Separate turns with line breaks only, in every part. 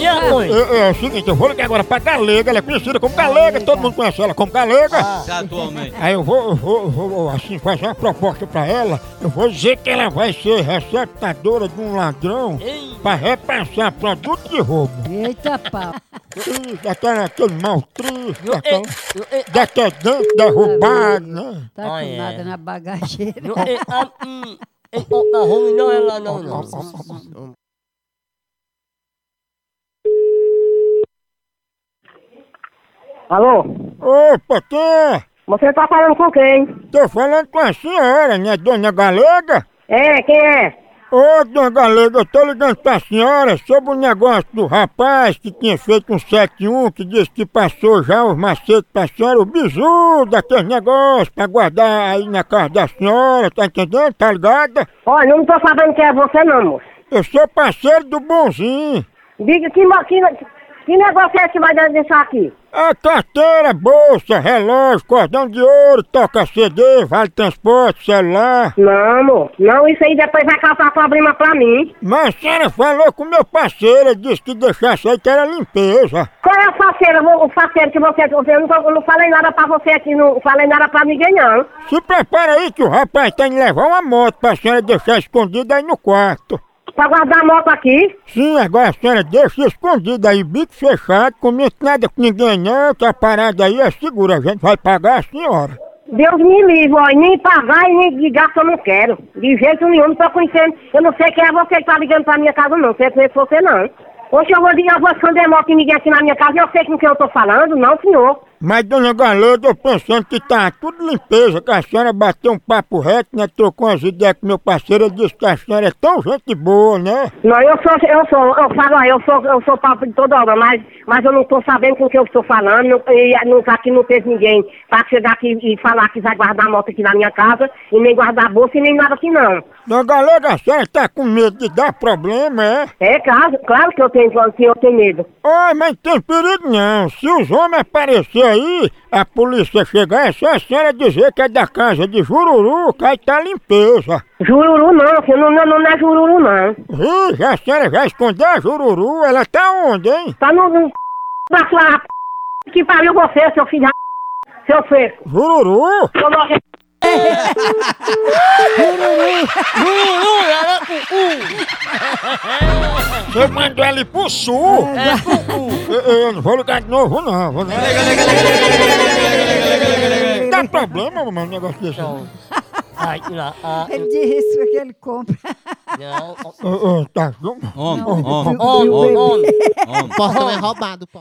é, é o seguinte, eu vou ligar agora pra Galega, ela é conhecida como Galega, todo mundo conhece ela como Galega.
Atualmente.
Aí eu vou, eu vou, eu vou, assim, fazer uma proposta pra ela, eu vou dizer que ela vai ser receptadora de um ladrão pra repassar produto de roubo.
Eita pau.
Triste, aquela, aquele mal triste, tá aquela,
Eu,
É.
eu,
decadente, derrubado, né?
Tá com nada na bagageira.
eu, eu, ah, hum, esse macarrão não é lá não, não.
Alô?
Opa, quem?
Você tá falando com quem?
Tô falando com a senhora, né, dona Galega?
É, quem é?
Ô, dona Galega, eu tô ligando pra senhora sobre o negócio do rapaz que tinha feito um 71, que disse que passou já os macetes pra senhora, o bizu daquele negócio pra guardar aí na casa da senhora, tá entendendo? Tá ligada?
Olha, eu não tô sabendo quem é você não, moço.
Eu sou parceiro do bonzinho.
Diga que, mo- que, que negócio é esse que vai deixar aqui?
A carteira, bolsa, relógio, cordão de ouro, toca CD, vale transporte, celular.
Não, moço. Não, isso aí depois vai causar problema pra mim.
Mas a senhora falou com o meu parceiro, ele disse que deixasse aí que era limpeza.
Qual é o parceiro, o parceiro que você... Eu não, tô- eu não falei nada pra você aqui, não falei nada pra ninguém não.
Se prepara aí que o rapaz tem que levar uma moto pra senhora deixar escondida aí no quarto.
Pra guardar a moto aqui.
Sim, agora a senhora deixa escondida aí, bico fechado, comente nada com ninguém não, que a parada aí é segura, a gente vai pagar a senhora.
Deus me livre, ó, e nem pagar e nem de gasto eu não quero. De jeito nenhum, não tô conhecendo. Eu não sei quem é você que tá ligando pra minha casa, não. Não sei se é você, não. Hoje eu vou ligar, eu vou esconder moto e ninguém aqui na minha casa. Eu sei com quem eu tô falando, não, senhor.
Mas, dona Galeda, eu pensando que tá tudo limpeza, que a senhora bateu um papo reto, né? Trocou umas ideias com meu parceiro, ele disse que a senhora é tão gente boa, né?
Não, eu sou, eu sou, eu falo, ó, eu sou, eu sou papo de toda hora, mas, mas eu não tô sabendo com quem eu estou falando. Não, e não, aqui não teve ninguém pra chegar aqui e falar que vai guardar a moto aqui na minha casa, e nem guardar a bolsa e nem nada aqui, não.
Dona Galeda, a senhora tá com medo de dar problema, é?
É claro, claro que eu tenho, que eu tenho medo.
Ai, mas não tem perigo não. Se os homens aparecer aí, a polícia chegar, é só a senhora dizer que é da casa de Jururu, que aí tá limpeza.
Jururu não, filho, não, não, não é jururu não.
Ih, já a senhora já escondeu a Jururu, ela tá onde, hein?
Tá no, no da sua p- que pariu você, seu filho da p- seu feio.
Jururu?
Seu nojento.
Você mandou ela ir pro sul. Eu, eu não vou ligar de novo, não. Vou... Dá problema, mano, um negócio desse. Ô,
Ai, lá, ah,
Ele diz isso É que ele compra.
não. ó,
ô, tá junto?
Homem,
Não,
homem,
o- o
homem,
bebê.
homem, homem.
Portão é roubado, pô.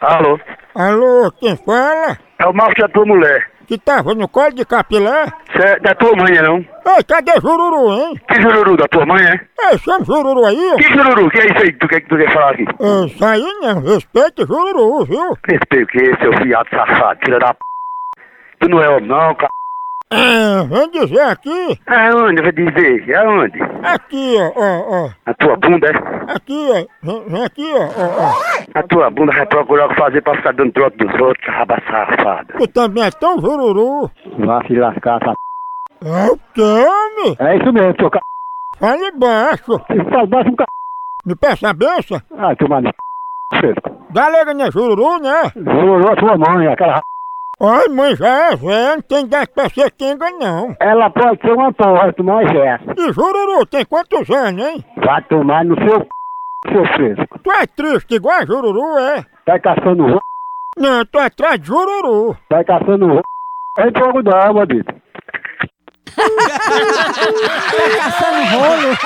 Alô,
Alô, quem fala?
é o macho da tua mulher.
Que tava no colo de capilé?
Cê é da tua mãe, né, não?
Ei, cadê Jururu, hein?
Que jururu da tua mãe, é?
Ei, chama o Jururu aí, ó.
Que jururu? Que é isso aí que tu quer, que tu quer falar aqui?
É, Isso aí não, respeita o Jururu, viu?
Respeito que esse é o fiado safado, filha da p. Tu não é homem, não, cara.
É, vem dizer aqui,
Aonde? Vai dizer? Aonde?
aqui, ó, ó, ó,
A tua bunda, é?
aqui, ó, vem, vem aqui, ó, ó, ó.
A tua bunda vai procurar o que fazer pra ficar dando troca dos outros, raba safada.
Tu também é tão Jururu.
Vá se lascar, essa p.
É o quê, homem?
É isso mesmo, seu c.
Fale baixo.
Faz baixo um c.
Me peça a benção.
Ah, tu mano.
Galega não é Jururu, né?
Jururu a tua mãe, aquela r****.
Ai, mãe, já é velho, não tem idade pra ser quenga, não.
Ela pode ser uma porra, tu não é essa.
E Jururu tem quantos anos, hein?
Vai tomar no seu c. Seu fresco.
Tu é triste igual a Jururu, é?
Vai caçando roupa.
Não, tô atrás de Jururu.
Vai caçando roupa. É em jogo da água, Dito.
Caçando rolo.